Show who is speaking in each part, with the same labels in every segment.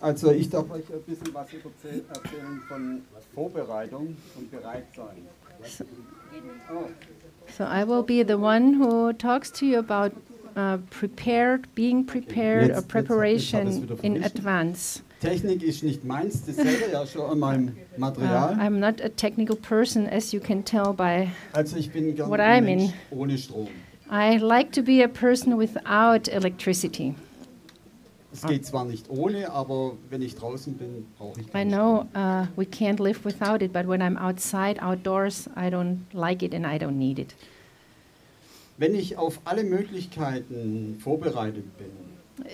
Speaker 1: Also ich darf euch ein bisschen was überzäh- erzählen von Vorbereitung und Bereitsein. Oh,
Speaker 2: So I will be the one who talks to you about uh, prepared, being prepared,
Speaker 1: Jetzt-
Speaker 2: or
Speaker 1: jetzt hab ich- hab ich's wieder
Speaker 2: preparation in
Speaker 1: vermischt.
Speaker 2: advance.
Speaker 1: Technik ist nicht meins, das selber ja schon an meinem
Speaker 2: Uh,
Speaker 1: Material.
Speaker 2: I'm not a technical person, as you can tell by.
Speaker 1: Also ich bin gerne
Speaker 2: What
Speaker 1: ein
Speaker 2: I mean.
Speaker 1: Mensch ohne Strom.
Speaker 2: I like to be a person without electricity.
Speaker 1: Es geht zwar nicht ohne, aber wenn ich draußen bin, brauche ich
Speaker 2: I
Speaker 1: keinen
Speaker 2: know uh, we can't live without it, but when I'm outside, outdoors, I don't like it and I don't need it.
Speaker 1: Wenn ich auf alle Möglichkeiten vorbereitet bin,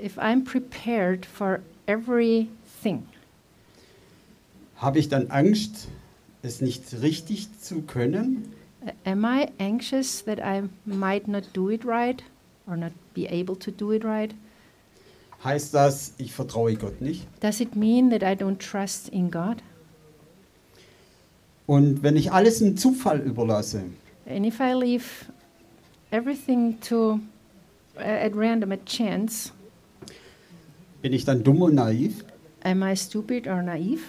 Speaker 2: If I'm prepared for everything,
Speaker 1: habe ich dann Angst, es nicht richtig zu können?
Speaker 2: a- am I anxious that I might not do it right or not be able to do it right?
Speaker 1: Heißt das, ich vertraue Gott nicht?
Speaker 2: Does it mean that I don't trust in God?
Speaker 1: Und wenn ich alles dem Zufall überlasse,
Speaker 2: And if I leave everything to at random, at chance,
Speaker 1: bin ich dann dumm und naiv?
Speaker 2: am I stupid or naive?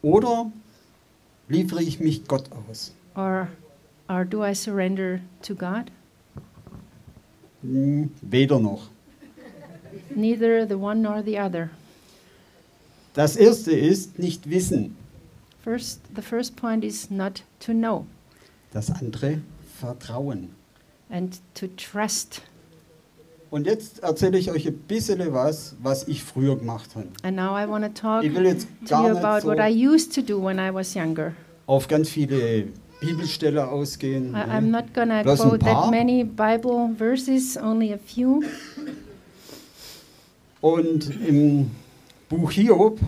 Speaker 1: Oder liefere ich mich Gott aus?
Speaker 2: Or, or do I surrender to God?
Speaker 1: Hm, weder noch.
Speaker 2: Neither the one nor the other.
Speaker 1: Das erste ist nicht wissen.
Speaker 2: First, the first point is not to know
Speaker 1: Das andere Vertrauen.
Speaker 2: and to trust.
Speaker 1: Und jetzt erzähle ich euch ein bisschen was, was ich früher gemacht habe.
Speaker 2: And now I want to talk
Speaker 1: Ich will
Speaker 2: to
Speaker 1: jetzt
Speaker 2: you
Speaker 1: gar
Speaker 2: about
Speaker 1: nicht so
Speaker 2: what I used to do when I was younger.
Speaker 1: auf ganz viele Bibelstelle ausgehen.
Speaker 2: I,
Speaker 1: ne?
Speaker 2: I'm not going to
Speaker 1: Bloß ein
Speaker 2: quote that
Speaker 1: paar.
Speaker 2: many Bible verses, only a few.
Speaker 1: Und im Buch Hiob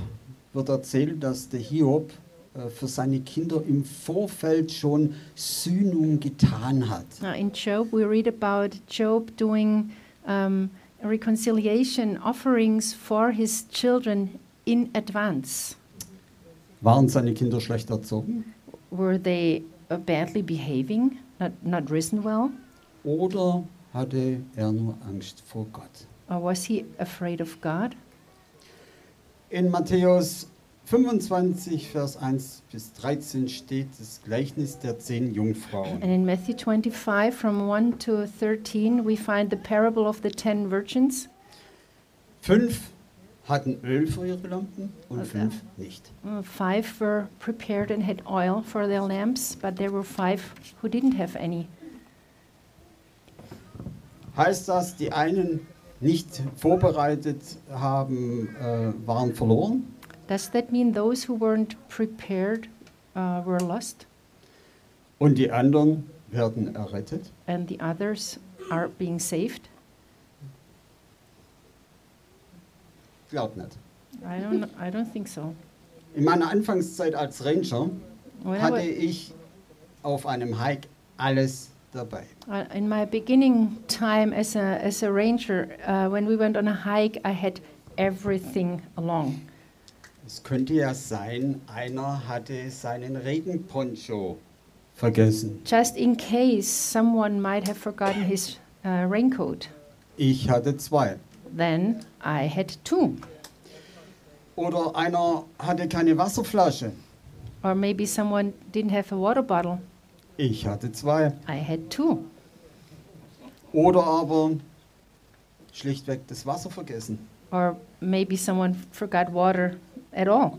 Speaker 1: wird erzählt, dass der Hiob äh, für seine Kinder im Vorfeld schon Sühnung getan hat.
Speaker 2: Uh, in Job, we read about Job doing um, reconciliation offerings for his children in advance.
Speaker 1: Waren seine Kinder schlecht erzogen
Speaker 2: Were they uh, badly behaving, not, not risen well,
Speaker 1: oder hatte er nur Angst vor Gott?
Speaker 2: or was he afraid of God?
Speaker 1: In Matthäus 25, Vers 1 bis 13 steht das Gleichnis der zehn
Speaker 2: And
Speaker 1: Jungfrauen.
Speaker 2: in Matthew 25, from 1 to 13, we find the parable of the ten virgins.
Speaker 1: Fünf hatten Öl für ihre Lampen und fünf nicht.
Speaker 2: Uh, Five were prepared and had oil for their lamps, but there were five who didn't have any.
Speaker 1: Heißt das, die einen nicht vorbereitet haben, äh, waren verloren?
Speaker 2: Does that mean those who weren't prepared uh, were lost?
Speaker 1: Und die anderen werden errettet?
Speaker 2: and the others are being saved?
Speaker 1: Glaub nicht.
Speaker 2: I don't, I don't think so.
Speaker 1: In meiner Anfangszeit als Ranger
Speaker 2: When I
Speaker 1: hatte
Speaker 2: wa-
Speaker 1: ich auf einem Hike alles dabei.
Speaker 2: uh, in my beginning time as a, as a ranger, uh, when we went on a hike, I had everything along.
Speaker 1: Es könnte ja sein, einer hatte seinen Regenponcho vergessen.
Speaker 2: Just in case someone might have forgotten his uh, raincoat,
Speaker 1: Ich hatte zwei.
Speaker 2: then I had two.
Speaker 1: Oder einer hatte keine Wasserflasche.
Speaker 2: Or maybe someone didn't have a water bottle.
Speaker 1: Ich hatte zwei.
Speaker 2: I had two.
Speaker 1: Oder aber schlichtweg das Wasser vergessen.
Speaker 2: Or maybe someone forgot water at all.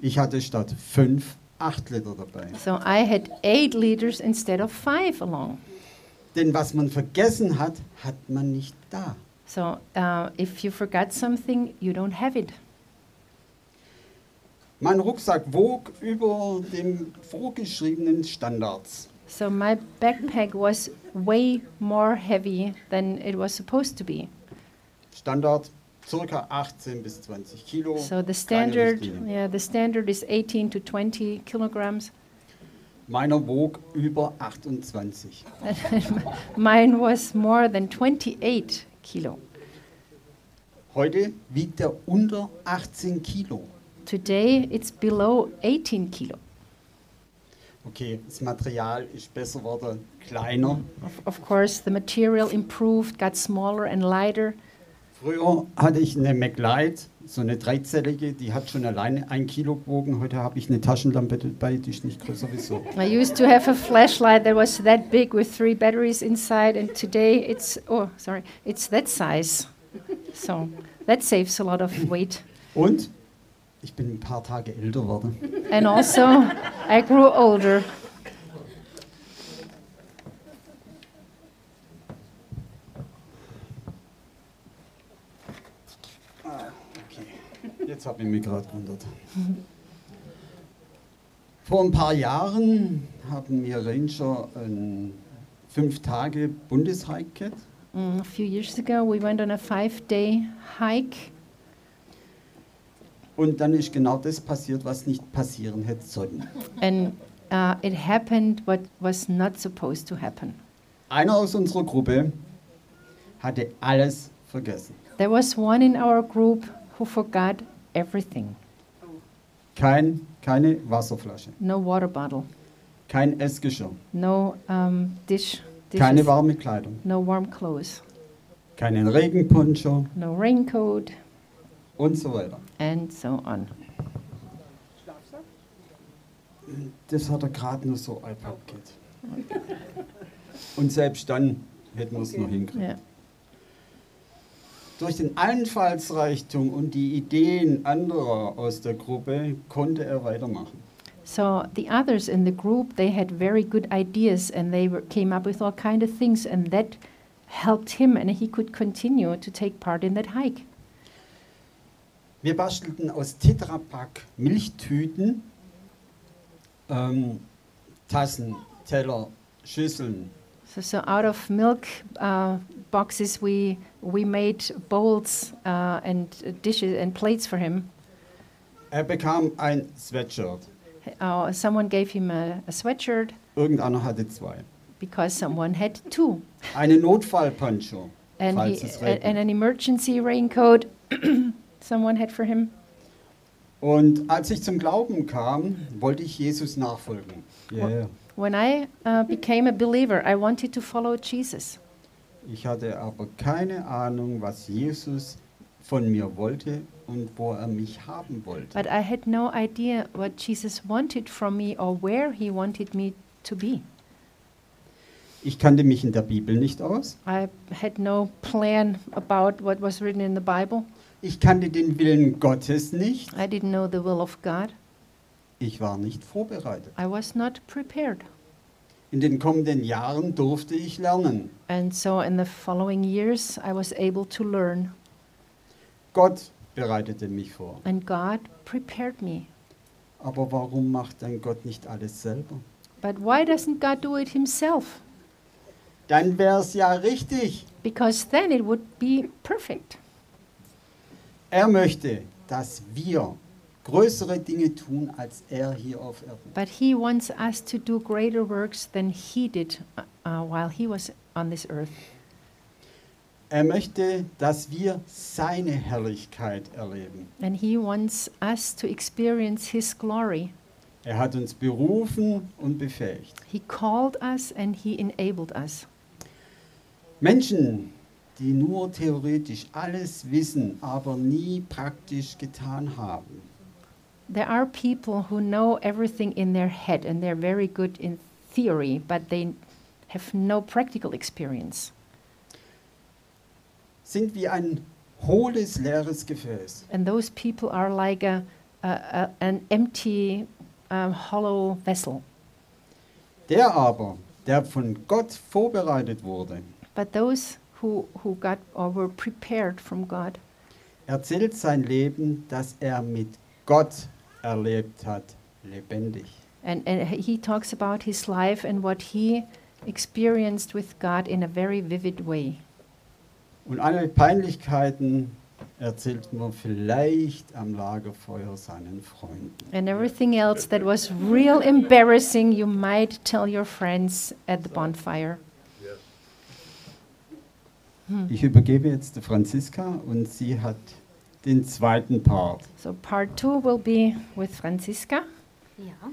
Speaker 1: Ich hatte statt fünf acht Liter dabei.
Speaker 2: So I had eight liters instead of five along.
Speaker 1: Denn was man vergessen hat, hat man nicht da.
Speaker 2: So uh, if you forgot something, you don't have it.
Speaker 1: Mein Rucksack wog über dem vorgeschriebenen Standards.
Speaker 2: So my backpack was way more heavy than it was supposed to be.
Speaker 1: Standard circa 18 bis 20 Kilo.
Speaker 2: So the
Speaker 1: Keine
Speaker 2: standard,
Speaker 1: Richtlinie.
Speaker 2: yeah, the standard is 18 to 20 kilograms.
Speaker 1: Meiner wog über 28.
Speaker 2: Mine was more than 28 kilo.
Speaker 1: Heute wiegt er unter 18 Kilo.
Speaker 2: Today it's below 18 kilo.
Speaker 1: Okay, das Material ist besser geworden, kleiner.
Speaker 2: Of, of course, the material improved, got smaller and lighter.
Speaker 1: Früher hatte ich eine MacLight, so eine dreizellige, die hat schon alleine ein Kilo gewogen. Heute habe ich eine Taschenlampe dabei, die ist nicht größer wie so.
Speaker 2: I used to have a flashlight that was that big with three batteries inside, and today it's oh sorry, it's that size. So that saves a lot of weight.
Speaker 1: Und ich bin ein paar Tage älter geworden.
Speaker 2: And also, I grew older.
Speaker 1: Okay, jetzt habe ich mich gerade gewundert. Vor ein paar Jahren haben wir Ranger ein fünf Tage Bundeshike gehabt.
Speaker 2: Mm, a few years ago, we went on a five-day hike,
Speaker 1: Und dann ist genau das passiert, was nicht passieren hätte sollen.
Speaker 2: and uh, it happened what was not supposed to happen.
Speaker 1: Einer aus unserer Gruppe hatte alles vergessen.
Speaker 2: There was one in our group who forgot everything:
Speaker 1: Kein, keine Wasserflasche,
Speaker 2: no water bottle,
Speaker 1: kein Essgeschirr,
Speaker 2: no um, dish,
Speaker 1: keine
Speaker 2: dishes,
Speaker 1: warme Kleidung,
Speaker 2: no warm clothes,
Speaker 1: keinen Regenponcho
Speaker 2: no raincoat,
Speaker 1: und so weiter.
Speaker 2: and so on.
Speaker 1: Das hat er gerade nur so iPad-Kit. Und selbst dann hätten wir es noch hinkriegen.
Speaker 2: Yeah.
Speaker 1: Durch den Einfallsreichtum und die Ideen anderer aus der Gruppe konnte er weitermachen.
Speaker 2: So the others in the group, they had very good ideas and they were, came up with all kind of things and that helped him and he could continue to take part in that hike.
Speaker 1: Wir bastelten aus Tetrapack Milchtüten, ähm, Tassen, Teller, Schüsseln,
Speaker 2: So, so out of milk uh, boxes, we, we made bowls uh, and dishes and plates for him.
Speaker 1: Er bekam ein Sweatshirt.
Speaker 2: Uh, someone gave him a, a sweatshirt
Speaker 1: Irgendeiner hatte zwei.
Speaker 2: because someone had two.
Speaker 1: Eine Notfallpancho,
Speaker 2: And,
Speaker 1: falls
Speaker 2: he,
Speaker 1: es
Speaker 2: a- and
Speaker 1: regnet.
Speaker 2: an emergency raincoat someone had for him.
Speaker 1: Und als ich zum Glauben kam, wollte ich Jesus nachfolgen. Ja, ja.
Speaker 2: When I uh, became a believer, I wanted to follow Jesus.
Speaker 1: Ich hatte aber keine Ahnung, was Jesus von mir wollte und wo er mich haben wollte.
Speaker 2: But I had no idea what Jesus wanted from me or where he wanted me to be.
Speaker 1: Ich kannte mich in der Bibel nicht aus.
Speaker 2: I had no plan about what was written in the Bible.
Speaker 1: Ich kannte den Willen Gottes nicht.
Speaker 2: I didn't know the will of God.
Speaker 1: Ich war nicht vorbereitet.
Speaker 2: I was not prepared.
Speaker 1: In den kommenden Jahren durfte ich lernen.
Speaker 2: And so in the following years, I was able to learn,
Speaker 1: Gott bereitete mich vor.
Speaker 2: and God prepared me.
Speaker 1: Aber warum macht dann Gott nicht alles selber?
Speaker 2: But why doesn't God do it himself?
Speaker 1: Dann wäre es ja richtig.
Speaker 2: Because then it would be perfect.
Speaker 1: Er möchte, dass wir größere Dinge tun, als er hier auf Erden.
Speaker 2: But he wants us to do greater works than he did uh, uh, while he was on this earth.
Speaker 1: Er möchte, dass wir seine Herrlichkeit erleben.
Speaker 2: And he wants us to experience his glory.
Speaker 1: Er hat uns berufen und befähigt.
Speaker 2: He called us and he enabled us.
Speaker 1: Menschen, die nur theoretisch alles wissen, aber nie praktisch getan haben,
Speaker 2: There are people who know everything in their head and they're very good in theory, but they have no practical experience.
Speaker 1: sind wie ein hohles, leeres Gefäß.
Speaker 2: And those people are like a, a, a, an empty, um, hollow vessel.
Speaker 1: Der aber, der von Gott vorbereitet wurde,
Speaker 2: But those who, who got or were prepared from God,
Speaker 1: erzählt sein Leben, das er mit Gott erlebt hat, lebendig.
Speaker 2: And, and he talks about his life and what he experienced with God in a very vivid way.
Speaker 1: Und alle Peinlichkeiten erzählt man vielleicht am Lagerfeuer seinen Freunden.
Speaker 2: And everything else that was real embarrassing, you might tell your friends at the bonfire.
Speaker 1: Ich übergebe jetzt der Franziska und sie hat den zweiten Part.
Speaker 2: So, part two will be with Franziska.
Speaker 3: Ja.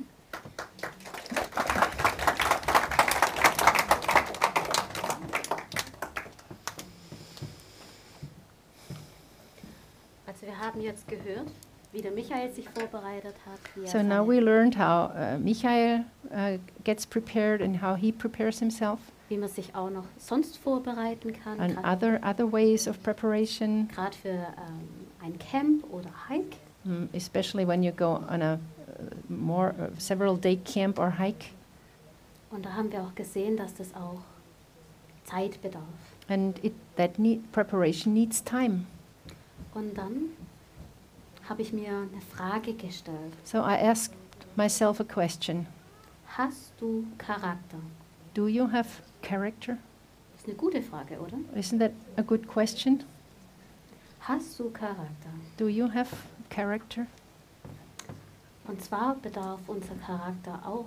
Speaker 3: Also haben jetzt gehört, wie der Michael sich vorbereitet hat. Wie er
Speaker 2: So now
Speaker 3: seine-
Speaker 2: we learned how uh, Michael uh, gets prepared and how he prepares himself
Speaker 3: wie man sich auch noch sonst vorbereiten
Speaker 2: and
Speaker 3: kann,
Speaker 2: other other ways of preparation,
Speaker 3: gerade für ähm, ein Camp oder Hike.
Speaker 2: mm, especially when you go on a uh, more uh, several day camp or hike.
Speaker 3: Und da haben wir auch gesehen, dass das auch Zeit bedarf.
Speaker 2: And it that need preparation needs time.
Speaker 3: Und dann habe ich mir eine Frage gestellt.
Speaker 2: So I asked myself a question:
Speaker 3: Hast du Charakter?
Speaker 2: Do you have character?
Speaker 3: Das ist eine gute Frage, oder?
Speaker 2: Isn't that a good question?
Speaker 3: Hast du Charakter?
Speaker 2: Do you have character?
Speaker 3: Und zwar bedarf unser Charakter auch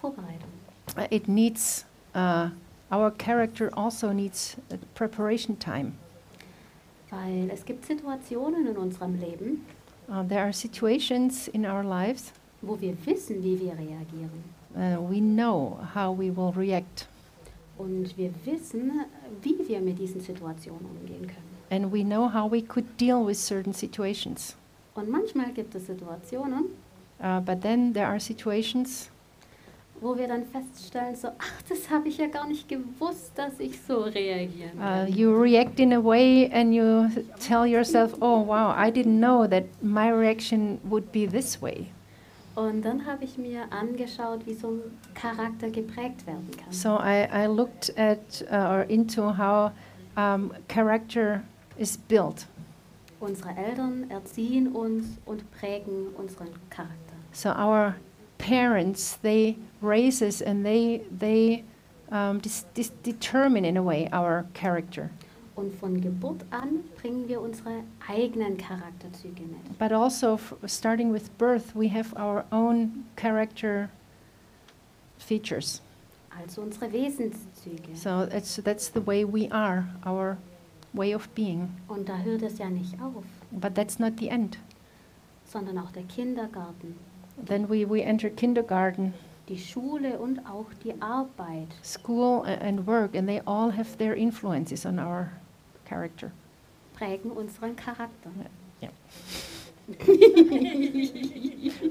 Speaker 3: Vorbereitung.
Speaker 2: Uh, It needs uh, our character also needs uh, preparation time.
Speaker 3: Weil es gibt Situationen in unserem Leben,
Speaker 2: Uh, there are situations in our lives
Speaker 3: wo wir wissen, wie wir reagieren.
Speaker 2: uh, we know how we will react,
Speaker 3: Und wir wissen, wie wir mit diesen Situationen umgehen können.
Speaker 2: and we know how we could deal with certain situations.
Speaker 3: Und manchmal gibt es Situationen,
Speaker 2: Uh, but then there are situations
Speaker 3: wo wir dann feststellen, so, ach, das habe ich ja gar nicht gewusst, dass ich so reagieren
Speaker 2: uh,
Speaker 3: kann.
Speaker 2: you react in a way and you tell yourself, "Oh wow, I didn't know that my reaction would be this way."
Speaker 3: Und dann habe ich mir angeschaut, wie so ein Charakter geprägt werden kann.
Speaker 2: So I, I looked at uh, or into how um, character is built.
Speaker 3: Unsere Eltern erziehen uns und prägen unseren Charakter.
Speaker 2: So our parents, they raise us and they they um, dis- dis- determine in a way our character.
Speaker 3: Und von Geburt an bringen wir unsere eigenen Charakterzüge mit.
Speaker 2: But also, f- starting with birth, we have our own character features.
Speaker 3: Also unsere Wesenszüge.
Speaker 2: So that's that's the way we are, our way of being.
Speaker 3: Und da hört es ja nicht auf,
Speaker 2: But that's not the end.
Speaker 3: sondern auch der Kindergarten,
Speaker 2: Then we, we enter kindergarten,
Speaker 3: die Schule und auch die Arbeit.
Speaker 2: school, a- and work, and they all have their influences on our character.
Speaker 3: prägen unseren Charakter.
Speaker 2: Ja.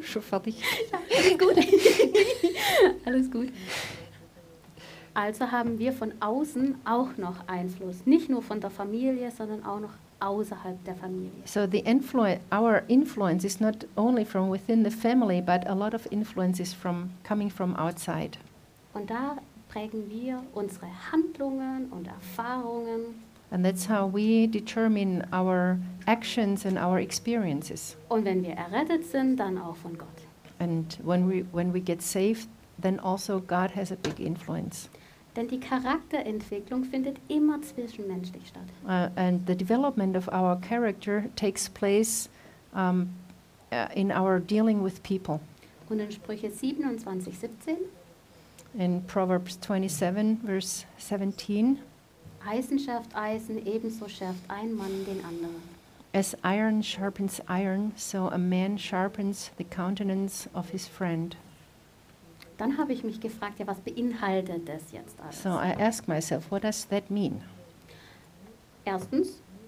Speaker 3: Alles gut. Alles gut. Also haben wir von außen auch noch Einfluss. Nicht nur von der Familie, sondern auch noch außerhalb der Familie.
Speaker 2: So the influence, our influence is not only from within the family, but a lot of influence is from coming from outside.
Speaker 3: Und da prägen wir unsere Handlungen und Erfahrungen.
Speaker 2: And that's how we determine our actions and our experiences.
Speaker 3: Und wenn wir errettet sind, dann auch von Gott.
Speaker 2: And when we, when we get saved, then also God has a big influence.
Speaker 3: Denn die Charakterentwicklung findet immer zwischenmenschlich statt.
Speaker 2: Uh, and the development of our character takes place um, uh, in our dealing with people.
Speaker 3: Und in Sprüche 27, 17
Speaker 2: In Proverbs 27, verse 17,
Speaker 3: Eisen schärft Eisen, ebenso schärft ein Mann den anderen.
Speaker 2: As iron sharpens iron, so a man sharpens the countenance of his friend.
Speaker 3: Dann habe ich mich gefragt, ja, was beinhaltet das jetzt alles?
Speaker 2: So I ask myself, what does that mean?
Speaker 3: Erstens,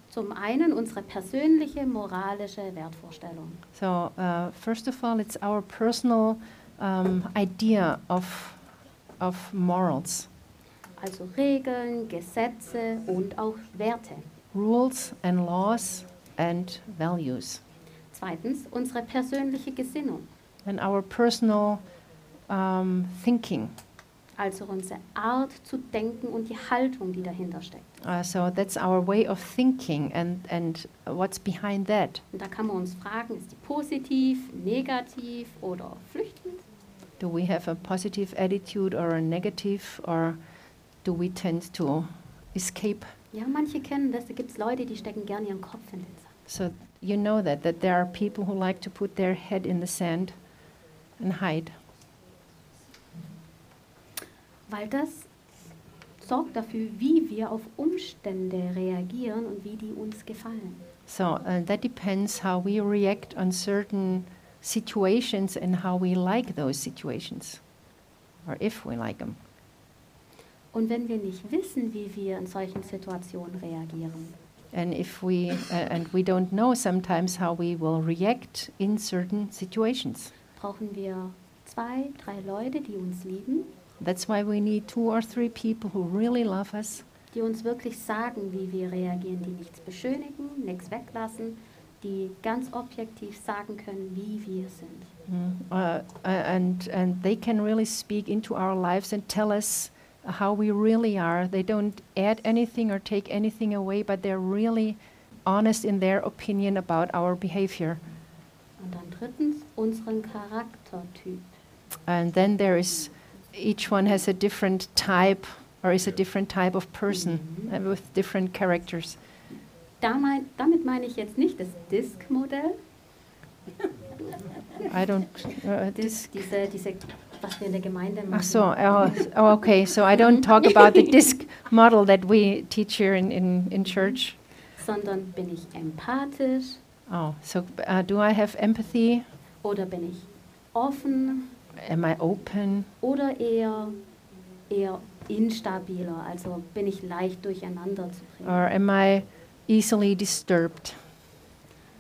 Speaker 3: zum einen unsere persönliche moralische Wertvorstellung.
Speaker 2: So, uh, first of all, it's our personal um, idea of, of morals,
Speaker 3: Also Regeln, Gesetze und auch Werte.
Speaker 2: rules and laws and values,
Speaker 3: Zweitens, unsere persönliche Gesinnung.
Speaker 2: and our personal um, thinking.
Speaker 3: Also unsere Art zu denken und die Haltung, die dahinter steckt.
Speaker 2: Uh, so that's our way of thinking and, and what's behind that.
Speaker 3: Und da kann man uns fragen, ist die positiv, negativ oder flüchtend?
Speaker 2: Do we have a positive attitude or a negative, or do we tend to escape?
Speaker 3: Ja, manche kennen das. Da gibt es Leute, die stecken gerne ihren Kopf in den Sand.
Speaker 2: So you know that that there are people who like to put their head in the sand and hide.
Speaker 3: Weil das sorgt dafür, wie wir auf Umstände reagieren und wie die uns gefallen.
Speaker 2: So uh, that depends how we react on certain situations and how we like those situations, or if we like them.
Speaker 3: Und wenn wir nicht wissen, wie wir in solchen Situationen reagieren,
Speaker 2: And if we uh, and we don't know sometimes how we will react in certain situations.
Speaker 3: brauchen wir zwei, drei Leute, die uns lieben,
Speaker 2: That's why we need two or three people who really love us,
Speaker 3: die uns wirklich sagen, wie wir reagieren, die nichts beschönigen, nichts weglassen, die ganz objektiv sagen können, wie wir sind.
Speaker 2: uh, a- and and they can really speak into our lives and tell us how we really are. They don't add anything or take anything away, but they're really honest in their opinion about our behavior.
Speaker 3: Und dann drittens unseren Charaktertyp.
Speaker 2: And then there is each one has a different type or is a different type of person uh, with different characters.
Speaker 3: Da mein, damit meine ich jetzt nicht das Disk-Modell,
Speaker 2: I don't uh, this
Speaker 3: Disk, diese, diese, was wir in der Gemeinde machen.
Speaker 2: Ach so, oh, oh, okay. So I don't talk about the disc model that we teach here in, in, in church.
Speaker 3: Sondern bin ich empathisch
Speaker 2: Oh, so uh, do I have empathy?
Speaker 3: oder bin ich offen
Speaker 2: Am I open?
Speaker 3: oder eher, eher instabiler, also bin ich leicht durcheinander zu bringen.
Speaker 2: Or am I easily disturbed?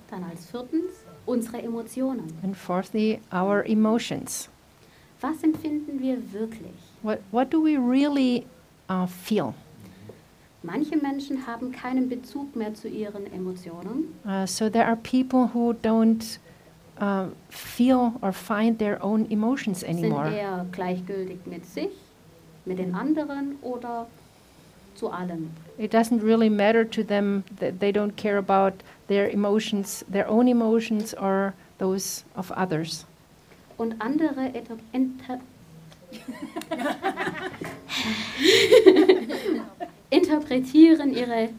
Speaker 3: Dann als viertens unsere Emotionen.
Speaker 2: And fourthly, our emotions.
Speaker 3: Was empfinden wir wirklich?
Speaker 2: What, what do we really uh, feel?
Speaker 3: Manche Menschen haben keinen Bezug mehr zu ihren Emotionen.
Speaker 2: Uh, so there are people who don't uh, feel or find their own emotions anymore.
Speaker 3: Sind eher gleichgültig mit sich, mit den anderen oder zu allem.
Speaker 2: It doesn't really matter to them that they don't care about their emotions, their own emotions, or those of others.
Speaker 3: Und andere inter inter interpretieren ihre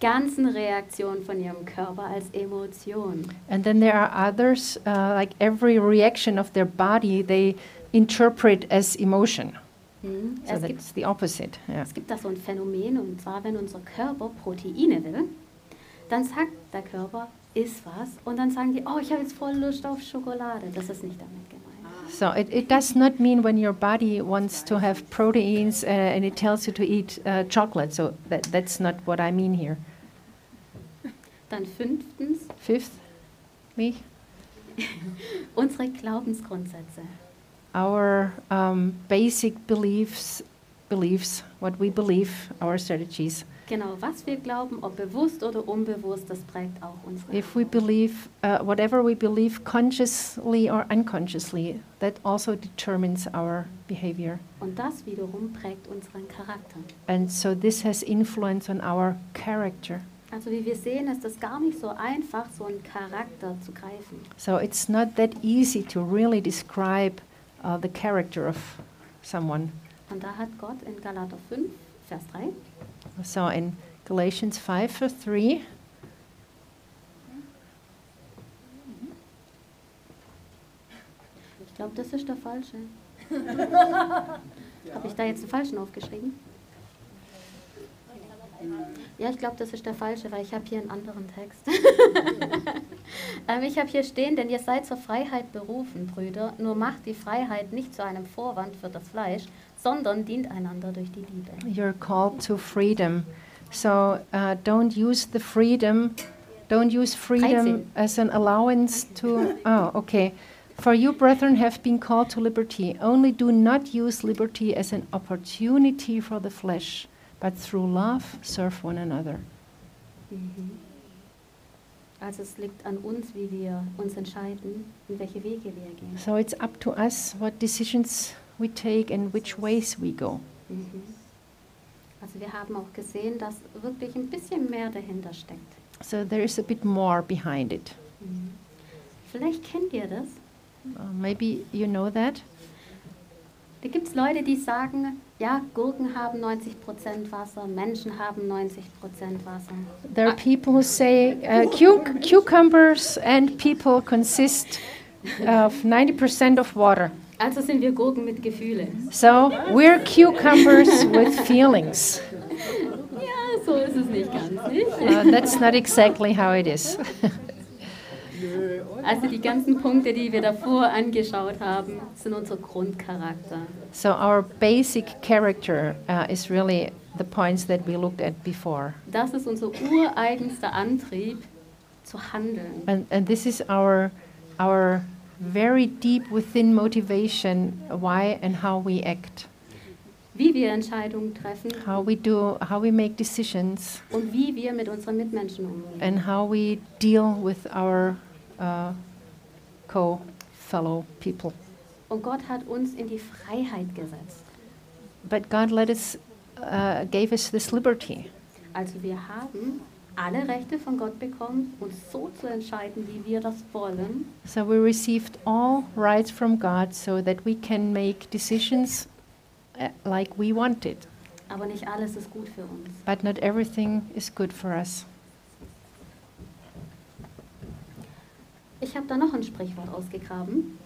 Speaker 3: ganzen Reaktionen von ihrem Körper als Emotionen.
Speaker 2: And then there are others, uh, like every reaction of their body, they interpret as emotion.
Speaker 3: Hm?
Speaker 2: So
Speaker 3: Es gibt
Speaker 2: that's the opposite. Yeah.
Speaker 3: Es gibt da so ein Phänomen, und zwar, wenn unser Körper Proteine will, dann sagt der Körper, iss was, und dann sagen die, oh, ich habe jetzt voll Lust auf Schokolade. Das ist nicht damit gemeint.
Speaker 2: So it, it does not mean when your body wants to have proteins uh, and it tells you to eat uh, chocolate. So that, that's not what I mean here.
Speaker 3: Dann fünftens,
Speaker 2: Fifth, me,
Speaker 3: unsere Glaubensgrundsätze.
Speaker 2: our um, basic beliefs, beliefs, what we believe, our strategies.
Speaker 3: Genau, was wir glauben, ob bewusst oder unbewusst, das prägt auch unsere
Speaker 2: If we
Speaker 3: Handlung.
Speaker 2: believe, uh, whatever we believe consciously or unconsciously, that also determines our behavior.
Speaker 3: Und das wiederum prägt unseren Charakter.
Speaker 2: And so this has influence on our character.
Speaker 3: Also wie wir sehen, ist es gar nicht so einfach, so einen Charakter zu greifen.
Speaker 2: So it's not that easy to really describe uh, the character of someone.
Speaker 3: Und da hat Gott in Galater 5, Vers 3,
Speaker 2: So in Galatians 5 verse 3,
Speaker 3: Ich glaube, das ist der falsche. Habe ich da jetzt einen falschen aufgeschrieben? Ja, ich glaube, das ist der falsche, weil ich habe hier einen anderen Text. ähm, ich habe hier stehen, denn ihr seid zur Freiheit berufen, Brüder, nur macht die Freiheit nicht zu einem Vorwand für das Fleisch, sondern dient einander durch die Liebe.
Speaker 2: you're called to freedom. So uh, don't use the freedom, don't use freedom
Speaker 3: Freizeit.
Speaker 2: as an allowance to. Oh, okay. For you, brethren, have been called to liberty. Only do not use liberty as an opportunity for the flesh, but through love serve one another.
Speaker 3: Also es liegt an uns, wie wir uns entscheiden, in welche Wege wir gehen.
Speaker 2: So it's up to us what decisions we take and which ways we go.
Speaker 3: Mhm. Also wir haben auch gesehen, dass wirklich ein bisschen mehr dahinter steckt.
Speaker 2: So there is a bit more behind it.
Speaker 3: Mhm. Vielleicht kennt ihr das.
Speaker 2: Uh, maybe you know that.
Speaker 3: Da gibt es Leute, die sagen, ja, Gurken haben 90% Wasser, Menschen haben 90% Wasser.
Speaker 2: There are people who say uh, cuc- cucumbers and people consist of 90% of water.
Speaker 3: Also sind wir Gurken mit Gefühle.
Speaker 2: So we're cucumbers with feelings.
Speaker 3: Ja, so ist es nicht ganz, nicht?
Speaker 2: Uh, that's not exactly how it is.
Speaker 3: Also die ganzen Punkte, die wir davor angeschaut haben, sind unser Grundcharakter.
Speaker 2: So our basic character uh, is really the points that we looked at before.
Speaker 3: Das ist unser ureigenster Antrieb zu handeln.
Speaker 2: And, and this is our, our very deep within motivation why and how we act,
Speaker 3: Wie wir Entscheidungen treffen
Speaker 2: how we do, how we make decisions,
Speaker 3: und wie wir mit unseren Mitmenschen umgehen.
Speaker 2: and how we deal with our uh, co fellow people.
Speaker 3: Und Gott hat uns in die Freiheit gesetzt.
Speaker 2: But God let us, uh, gave us this liberty.
Speaker 3: Also wir haben alle Rechte von Gott bekommen, uns so zu entscheiden, wie wir das wollen.
Speaker 2: So we received all rights from God so that we can make decisions uh, like we wanted.
Speaker 3: Aber nicht alles ist gut für uns.
Speaker 2: But not everything is good for us.
Speaker 3: Ich habe da noch ein Sprichwort ausgegraben.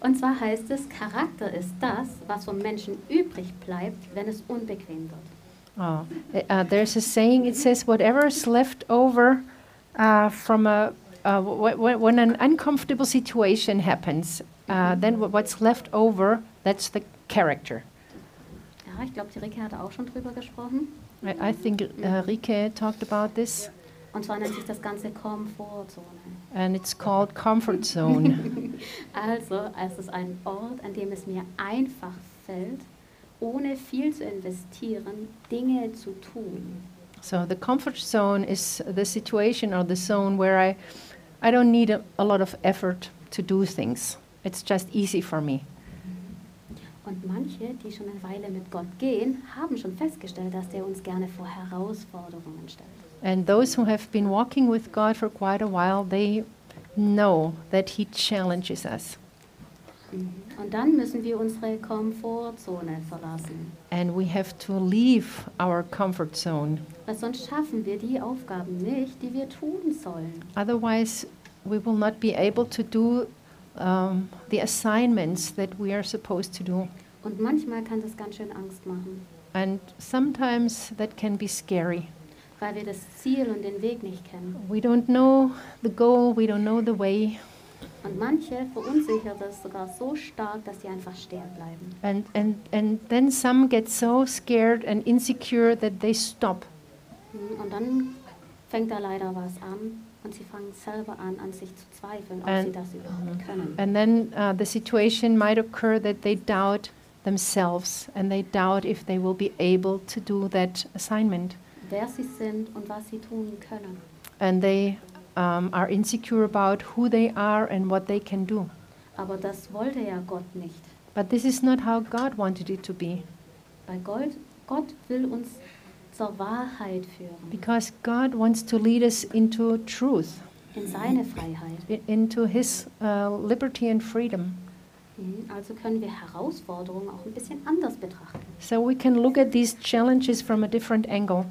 Speaker 3: Und zwar heißt es, Charakter ist das, was vom Menschen übrig bleibt, wenn es unbequem wird.
Speaker 2: Oh, uh, there's a saying. It says, "Whatever is left over uh, from a uh, w- w- when an uncomfortable situation happens, uh, then wh- what's left over, that's the character."
Speaker 3: Ja, ich glaube, die Rike hatte auch schon drüber gesprochen.
Speaker 2: I, I think uh, Rike talked about this,
Speaker 3: Und zwar nennt sich das Ganze Komfortzone.
Speaker 2: and it's called comfort zone.
Speaker 3: Also, es ist ein Ort, an dem es mir einfach fällt, ohne viel zu investieren, Dinge zu tun.
Speaker 2: so the comfort zone is the situation or the zone where I, I don't need a, a lot of effort to do things. It's just easy for me.
Speaker 3: Und manche, die schon eine Weile mit Gott gehen, haben schon festgestellt, dass er uns gerne vor Herausforderungen stellt.
Speaker 2: And those who have been walking with God for quite a while, they know that He challenges us.
Speaker 3: Und dann müssen wir unsere Komfortzone verlassen.
Speaker 2: And we have to leave our comfort zone.
Speaker 3: Weil sonst schaffen wir die Aufgaben nicht, die wir tun sollen.
Speaker 2: Otherwise, we will not be able to do um, the assignments that we are supposed to do.
Speaker 3: Und manchmal kann das ganz schön Angst machen,
Speaker 2: And sometimes that can be scary.
Speaker 3: weil wir das Ziel und den Weg nicht kennen.
Speaker 2: We don't know the goal, we don't know the way.
Speaker 3: Und manche verunsichert es sogar so stark, dass sie einfach stehen bleiben.
Speaker 2: And, and, and then some get so scared and insecure that they stop
Speaker 3: Hm, Und dann fängt da leider was an und sie fangen selber an, an sich zu zweifeln, ob
Speaker 2: Ein-
Speaker 3: sie das überhaupt können.
Speaker 2: And then uh, the situation might occur that they doubt themselves and they doubt if they will be able to do that assignment.
Speaker 3: Wer sie sind und was sie tun können.
Speaker 2: And they um, are insecure about who they are and what they can do.
Speaker 3: Aber das wollte ja Gott nicht.
Speaker 2: But this is not how God wanted it to be,
Speaker 3: Bei Gold, Gott will uns zur Wahrheit führen,
Speaker 2: because God wants to lead us into truth,
Speaker 3: in seine Freiheit.
Speaker 2: i- into His uh, liberty and freedom.
Speaker 3: Mhm, Also können wir Herausforderungen auch ein bisschen anders betrachten.
Speaker 2: So we can look at these challenges from a different angle.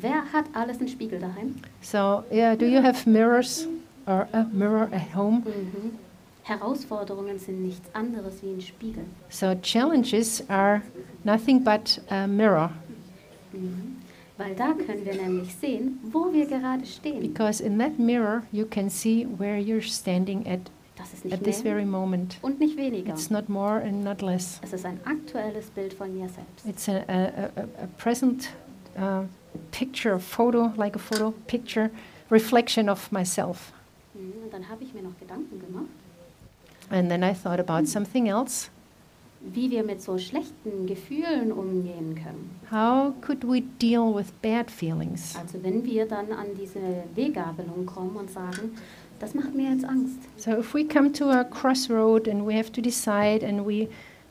Speaker 3: Wer hat alles einen Spiegel daheim?
Speaker 2: So, yeah, do you have mirrors or a mirror at home?
Speaker 3: Mhm. Herausforderungen sind nichts anderes wie ein Spiegel.
Speaker 2: So challenges are nothing but a mirror
Speaker 3: Mhm. Weil da können wir nämlich sehen, wo wir gerade stehen.
Speaker 2: because in that mirror you can see where you're standing at
Speaker 3: Das ist
Speaker 2: at
Speaker 3: nicht
Speaker 2: this
Speaker 3: mehr
Speaker 2: very moment.
Speaker 3: und nicht weniger.
Speaker 2: It's not more and not less.
Speaker 3: Es ist ein aktuelles Bild von mir selbst.
Speaker 2: It's a, a, a, a present uh, picture, photo, like a photo picture, reflection of myself.
Speaker 3: Mhm. Und dann habe ich mir noch Gedanken gemacht,
Speaker 2: And then I thought about something else.
Speaker 3: wie wir mit so schlechten Gefühlen umgehen können.
Speaker 2: How could we deal with bad feelings?
Speaker 3: Also wenn wir dann an diese Weggabelung kommen und sagen, das macht mir jetzt Angst.
Speaker 2: So if we come to a crossroad and we have to decide and we,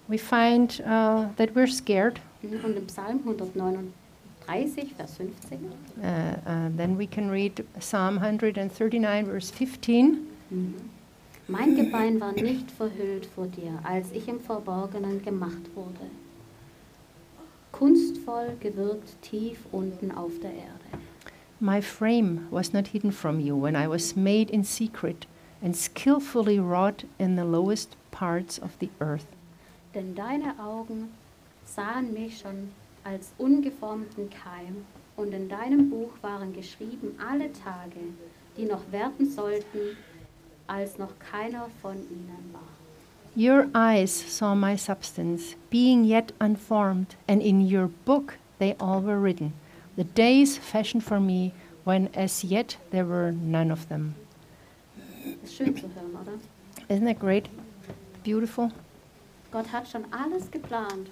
Speaker 2: we find uh, that we're scared,
Speaker 3: Mhm, Und im Psalm 139, Vers 15,
Speaker 2: Uh, uh, then we can read Psalm 139, verse 15.
Speaker 3: Mhm. mein Gebein war nicht verhüllt vor dir, als ich im Verborgenen gemacht wurde. Kunstvoll gewirkt tief unten auf der Erde.
Speaker 2: My frame was not hidden from you when I was made in secret and skillfully wrought in the lowest parts of the earth.
Speaker 3: Denn deine Augen sahen mich schon als ungeformten Keim, und in deinem Buch waren geschrieben alle Tage, die noch werden sollten, als noch keiner von ihnen war.
Speaker 2: Your eyes saw my substance, being yet unformed, and in your book they all were written, the days fashioned for me, when as yet there were none of them.
Speaker 3: Ist schön zu hören, oder?
Speaker 2: Isn't that great? Beautiful.
Speaker 3: Gott hat schon alles geplant.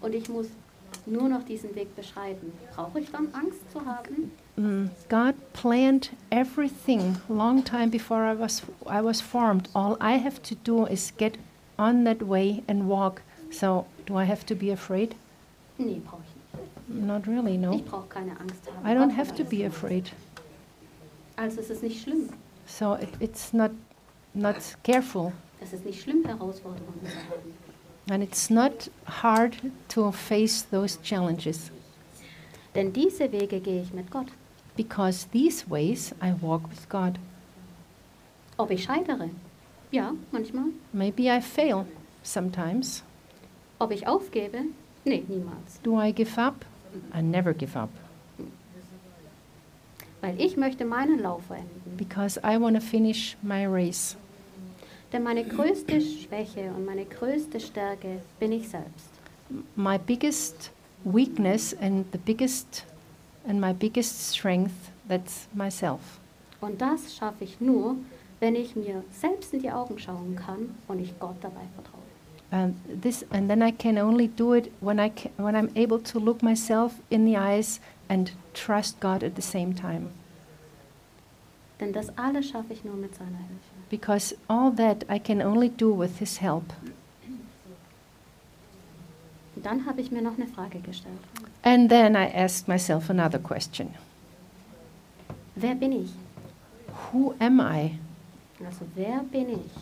Speaker 3: Und ich muss nur noch diesen Weg beschreiten. Brauche ich dann Angst zu haben?
Speaker 2: Mm. God planned everything long time before I was I was formed. All I have to do is get on that way and walk. So do I have to be afraid?
Speaker 3: Nee, brauche ich nicht.
Speaker 2: Not really, no.
Speaker 3: Ich brauche keine Angst haben.
Speaker 2: I don't
Speaker 3: Gott hat
Speaker 2: have to
Speaker 3: alles
Speaker 2: be
Speaker 3: gemacht.
Speaker 2: afraid.
Speaker 3: Also es ist nicht schlimm.
Speaker 2: So i- it's not not careful
Speaker 3: Es ist nicht schlimm, Herausforderungen zu haben.
Speaker 2: and it's not hard to face those challenges
Speaker 3: Denn diese Wege gehe ich mit Gott.
Speaker 2: because these ways I walk with God.
Speaker 3: Ob ich scheitere? Ja, manchmal.
Speaker 2: Maybe I fail sometimes.
Speaker 3: Ob ich aufgebe? Nee, niemals.
Speaker 2: Do I give up? I never give up
Speaker 3: Weil ich möchte meinen Lauf enden.
Speaker 2: because I want to finish my race.
Speaker 3: Denn meine größte Schwäche und meine größte Stärke bin ich selbst.
Speaker 2: my biggest weakness and the biggest and my biggest strength that's myself
Speaker 3: Und das schaffe ich nur, wenn ich mir selbst in die Augen schauen kann und ich Gott dabei vertraue.
Speaker 2: and this and then i can only do it when i ca when i'm able to look myself in the eyes and trust god at the same time
Speaker 3: Denn das alles schaffe ich nur mit seiner Hilfe.
Speaker 2: because all that i can only do with his help
Speaker 3: Und dann habe ich mir noch eine Frage gestellt.
Speaker 2: and then i asked myself another question
Speaker 3: Wer bin ich?
Speaker 2: who am i
Speaker 3: Also wer bin ich?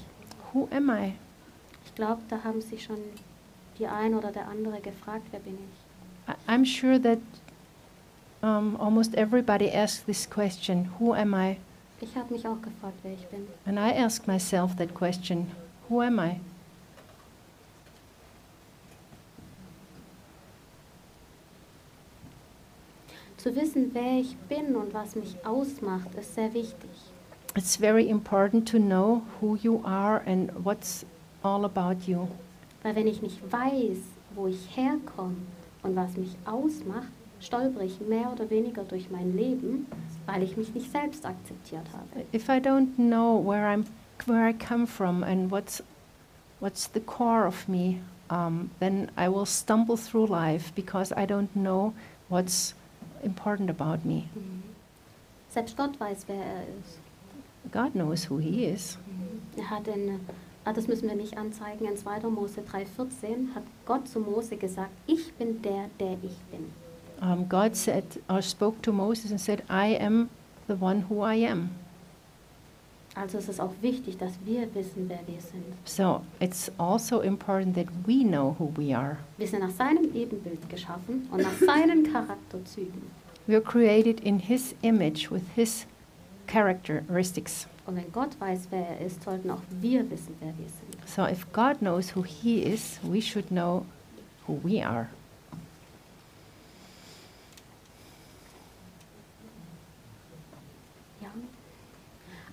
Speaker 2: who am i
Speaker 3: Ich glaube, da haben sich schon die ein oder der andere gefragt, wer bin ich?
Speaker 2: I- i'm sure that um, almost everybody asks this question who am i
Speaker 3: Ich habe mich auch gefragt, wer ich bin.
Speaker 2: And I ask myself that question who am I?
Speaker 3: Zu wissen, wer ich bin und was mich ausmacht, ist sehr wichtig.
Speaker 2: It's very important to know who you are and what's all about you.
Speaker 3: Weil wenn ich nicht weiß, wo ich herkomme und was mich ausmacht, stolpere ich mehr oder weniger durch mein Leben, weil ich mich nicht selbst akzeptiert habe.
Speaker 2: If I don't know where I'm where I come from and what's what's the core of me, um, then I will stumble through life because I don't know what's important about me.
Speaker 3: Selbst Gott weiß, wer er ist.
Speaker 2: God knows who he is.
Speaker 3: Er hat in, ah, das müssen wir nicht anzeigen, in 2. Mose 3,14 hat Gott zu Mose gesagt, ich bin der, der ich bin.
Speaker 2: Um, God said or spoke to Moses and said, I am the one who I am.
Speaker 3: Also es ist auch wichtig, dass wir wissen, wer wir sind.
Speaker 2: So it's also important that we know who we are.
Speaker 3: Wir sind nach seinem Ebenbild geschaffen und nach seinen Charakterzügen.
Speaker 2: We are created in His image with His characteristics.
Speaker 3: Und wenn Gott weiß, wer er ist, sollten auch wir wissen, wer wir sind.
Speaker 2: So if God knows who He is, we should know who we are.
Speaker 3: Ja.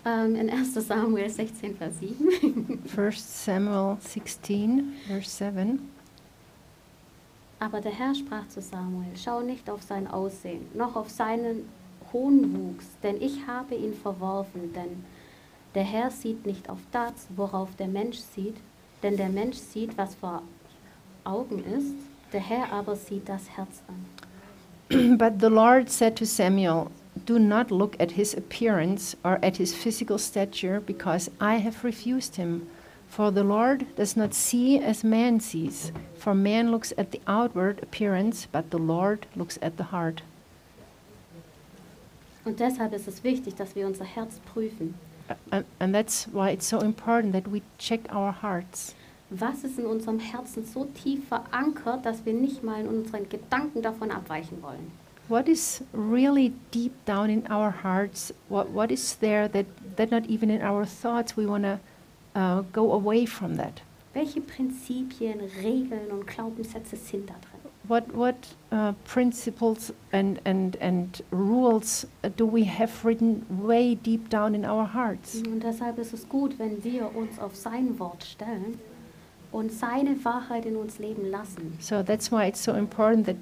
Speaker 3: Ähm, in 1. Samuel 16, Vers 7.
Speaker 2: 1 Samuel 16, verse 7.
Speaker 3: Aber der Herr sprach zu Samuel, schau nicht auf sein Aussehen, noch auf seinen hohen Wuchs, denn ich habe ihn verworfen, denn der Herr sieht nicht auf das, worauf der Mensch sieht, denn der Mensch sieht, was vor Augen ist, der Herr aber sieht das Herz an.
Speaker 2: but the Lord said to Samuel, Do not look at his appearance or at his physical stature, because I have refused him. For the Lord does not see as man sees, for man looks at the outward appearance, but the Lord looks at the heart.
Speaker 3: Und deshalb ist es wichtig, dass wir unser Herz prüfen.
Speaker 2: And, and that's why it's so important that we check our hearts.
Speaker 3: Was ist in unserem Herzen so tief verankert, dass wir nicht mal in unseren Gedanken davon abweichen wollen?
Speaker 2: What is really deep down in our hearts? What, what is there that, that not even in our thoughts we want to uh, go away from that?
Speaker 3: Welche Prinzipien, Regeln und Glaubenssätze sind da drin?
Speaker 2: what what uh, principles and and and rules uh, do we have written way deep down in our hearts?
Speaker 3: Und deshalb ist es gut, wenn wir uns auf sein Wort stellen und seine Wahrheit in uns leben lassen.
Speaker 2: So that's why it's so important that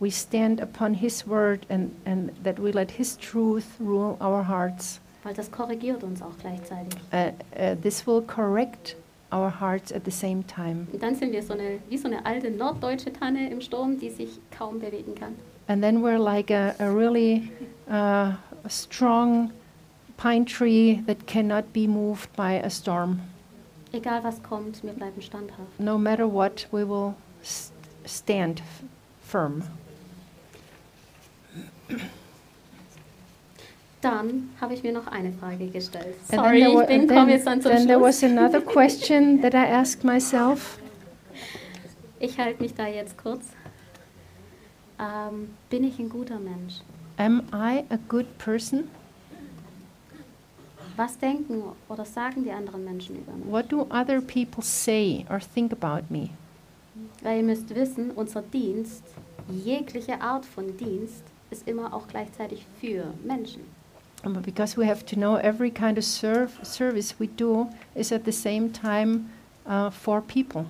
Speaker 2: we stand upon His word and and that we let His truth rule our hearts.
Speaker 3: Weil das korrigiert uns auch gleichzeitig.
Speaker 2: Uh, uh, this will correct our hearts at the same time,
Speaker 3: Und dann sind wir so eine, wie so eine alte norddeutsche Tanne im Sturm, die sich kaum bewegen kann.
Speaker 2: and then we're like a, a really uh, strong pine tree that cannot be moved by a storm.
Speaker 3: Egal was kommt, wir bleiben standhaft.
Speaker 2: no matter what, we will s- stand f- firm.
Speaker 3: Dann habe ich mir noch eine Frage gestellt.
Speaker 2: And
Speaker 3: Sorry,
Speaker 2: then there, wa-
Speaker 3: ich bin,
Speaker 2: then,
Speaker 3: komme jetzt dann zum
Speaker 2: then there was
Speaker 3: Schluss.
Speaker 2: another question that I asked myself.
Speaker 3: Ich halte mich da jetzt kurz. Ähm, bin ich ein guter Mensch?
Speaker 2: Am I a good person?
Speaker 3: Was denken oder sagen die anderen Menschen über mich?
Speaker 2: What do other people say or think about me?
Speaker 3: Weil ihr müsst wissen, unser Dienst, jegliche Art von Dienst, ist immer auch gleichzeitig für Menschen.
Speaker 2: Um, Because we have to know every kind of serv- service we do is at the same time uh, for people.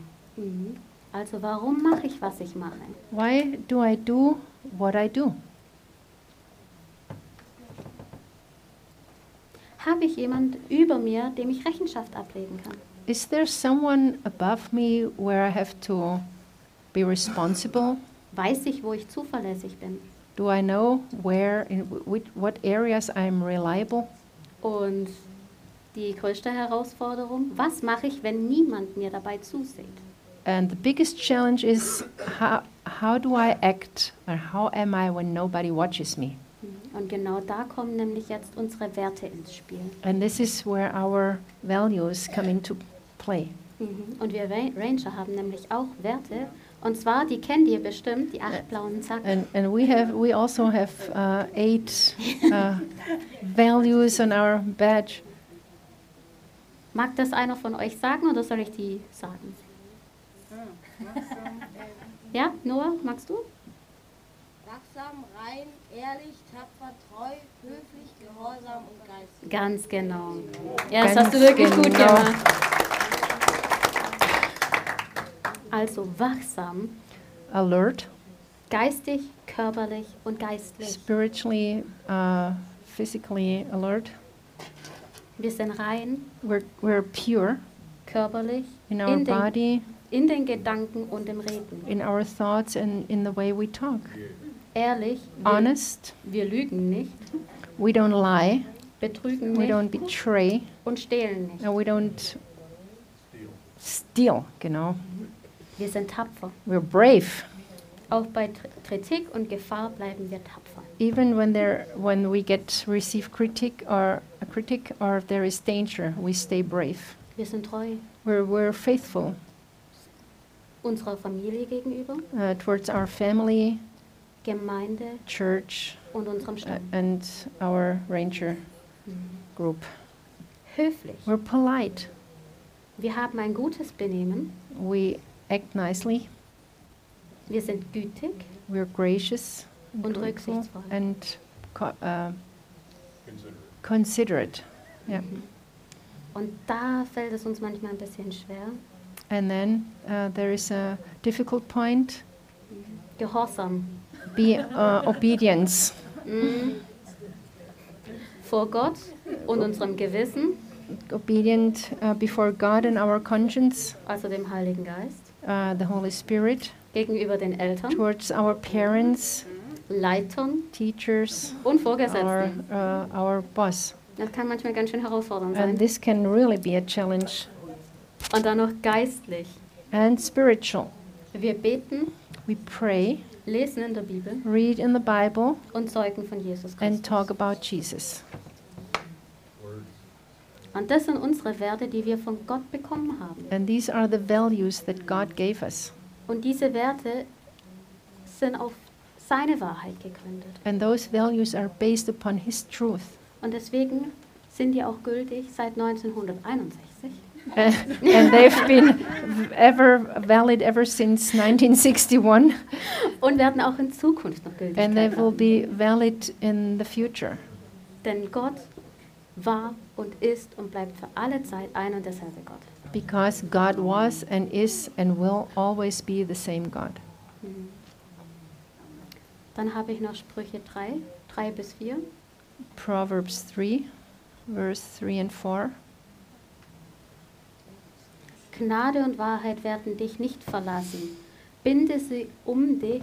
Speaker 3: Also warum mache ich, was ich mache?
Speaker 2: Why do I do what I do?
Speaker 3: Habe ich jemand über mir, dem ich Rechenschaft ablegen kann?
Speaker 2: Is there someone above me where I have to be responsible?
Speaker 3: Weiß ich, wo ich zuverlässig bin?
Speaker 2: Do I know where, in wh- which, what areas I'm reliable?
Speaker 3: Und die größte Herausforderung, was mache ich, wenn niemand mir dabei zusieht?
Speaker 2: And the biggest challenge is how, how do I act or how am I when nobody watches me?
Speaker 3: Und genau da kommen nämlich jetzt unsere Werte ins Spiel.
Speaker 2: And this is where our values come into play. Mhm.
Speaker 3: Und wir Ra- Ranger haben nämlich auch Werte. Und zwar, die kennt ihr bestimmt, die
Speaker 2: Äh,
Speaker 3: acht blauen Zacken.
Speaker 2: And, and we, have, we also have uh, eight uh, values on our badge.
Speaker 3: Mag das einer von euch sagen oder soll ich die sagen? Ja, Noah, magst du?
Speaker 4: Wachsam, rein, ehrlich, tapfer, treu, höflich, gehorsam und geistig.
Speaker 3: Ganz genau. Ja, das
Speaker 2: Ganz
Speaker 3: hast du wirklich gut
Speaker 2: genau.
Speaker 3: gemacht. Also wachsam,
Speaker 2: Alert,
Speaker 3: geistig, körperlich und geistlich.
Speaker 2: spiritually, uh, physically alert.
Speaker 3: Wir sind rein,
Speaker 2: We're, we're pure
Speaker 3: körperlich,
Speaker 2: in our
Speaker 3: in den,
Speaker 2: body,
Speaker 3: in den Gedanken und im Reden.
Speaker 2: in our thoughts and in the way we talk.
Speaker 3: Ehrlich, wir,
Speaker 2: Honest,
Speaker 3: wir lügen nicht,
Speaker 2: we don't lie,
Speaker 3: betrügen
Speaker 2: we don't
Speaker 3: nicht
Speaker 2: betray,
Speaker 3: und stehlen nicht.
Speaker 2: and we don't steal, you know.
Speaker 3: Wir sind tapfer.
Speaker 2: We're brave.
Speaker 3: Auch bei Tr- Kritik und Gefahr bleiben wir tapfer.
Speaker 2: Even when there when we get receive critic or a critic or if there is danger, we stay brave.
Speaker 3: Wir sind treu
Speaker 2: We're, we're faithful
Speaker 3: unserer Familie gegenüber,
Speaker 2: uh, towards our family,
Speaker 3: Gemeinde
Speaker 2: church,
Speaker 3: und unserem
Speaker 2: uh,
Speaker 3: Stamm. Mhm.
Speaker 2: and our ranger Äh, group.
Speaker 3: Höflich.
Speaker 2: We're polite.
Speaker 3: Wir haben ein gutes Benehmen.
Speaker 2: We act nicely.
Speaker 3: Wir sind gütig.
Speaker 2: We're gracious and
Speaker 3: Und
Speaker 2: grateful
Speaker 3: rücksichtsvoll.
Speaker 2: and co- uh, considerate. Yeah.
Speaker 3: Und da fällt es uns manchmal ein bisschen schwer.
Speaker 2: And then uh, there is a difficult point:
Speaker 3: Gehorsam.
Speaker 2: be uh, obedience
Speaker 3: Mhm. Vor Gott und unserem Gewissen,
Speaker 2: obedient uh, before God and our conscience,
Speaker 3: also dem Heiligen Geist,
Speaker 2: uh, the Holy Spirit,
Speaker 3: gegenüber den Eltern,
Speaker 2: towards our parents,
Speaker 3: Leitern
Speaker 2: teachers,
Speaker 3: und
Speaker 2: our
Speaker 3: Vorgesetzten.
Speaker 2: uh, our boss.
Speaker 3: Das kann manchmal ganz schön herausfordernd
Speaker 2: And
Speaker 3: sein.
Speaker 2: this can really be a challenge.
Speaker 3: Und dann noch geistlich.
Speaker 2: And spiritual,
Speaker 3: Wir beten,
Speaker 2: we pray,
Speaker 3: lesen in der Bibel
Speaker 2: read in the Bible,
Speaker 3: und zeugen von Jesus
Speaker 2: and
Speaker 3: Christus.
Speaker 2: talk about Jesus.
Speaker 3: Und das sind unsere Werte, die wir von Gott bekommen haben.
Speaker 2: And these are the values that God gave us.
Speaker 3: Und diese Werte sind auf seine Wahrheit gegründet.
Speaker 2: And those values are based upon His truth.
Speaker 3: Und deswegen sind die auch gültig seit 1961.
Speaker 2: and they've been v- ever valid ever since 1961,
Speaker 3: und werden auch in Zukunft noch Gültigkeit
Speaker 2: and they will
Speaker 3: haben.
Speaker 2: be valid in the future.
Speaker 3: Denn Gott war und ist und bleibt für alle Zeit ein und derselbe Gott.
Speaker 2: Because God was and is and will always be the same God.
Speaker 3: Dann habe ich noch Sprüche 3, 3 bis 4.
Speaker 2: Proverbs 3, verse 3 and 4.
Speaker 3: Gnade und Wahrheit werden dich nicht verlassen. Binde sie um dich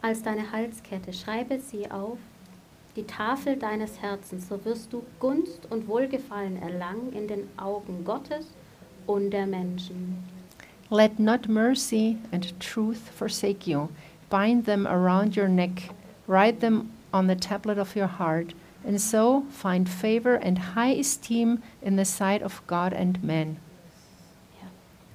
Speaker 3: als deine Halskette. Schreibe sie auf die Tafel deines Herzens. So wirst du Gunst und Wohlgefallen erlangen in den Augen Gottes und der Menschen.
Speaker 2: Let not mercy and truth forsake you. Bind them around your neck, write them on the tablet of your heart, and so find favor and high esteem in the sight of God and men.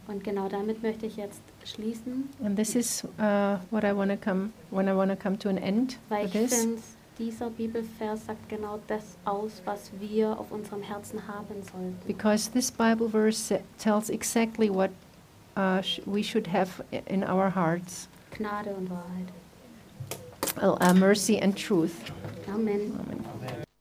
Speaker 3: Und genau damit möchte ich jetzt schließen,
Speaker 2: And this is uh, what I want to come when I want to come to an end.
Speaker 3: weil
Speaker 2: with
Speaker 3: ich
Speaker 2: this.
Speaker 3: finde, dieser Bibelvers sagt genau das aus, was wir auf unserem Herzen haben sollten.
Speaker 2: Because this Bible verse uh, tells exactly what uh, sh- we should have i- in our hearts
Speaker 3: Gnade und Wahrheit.
Speaker 2: uh, uh, mercy and truth.
Speaker 3: Amen.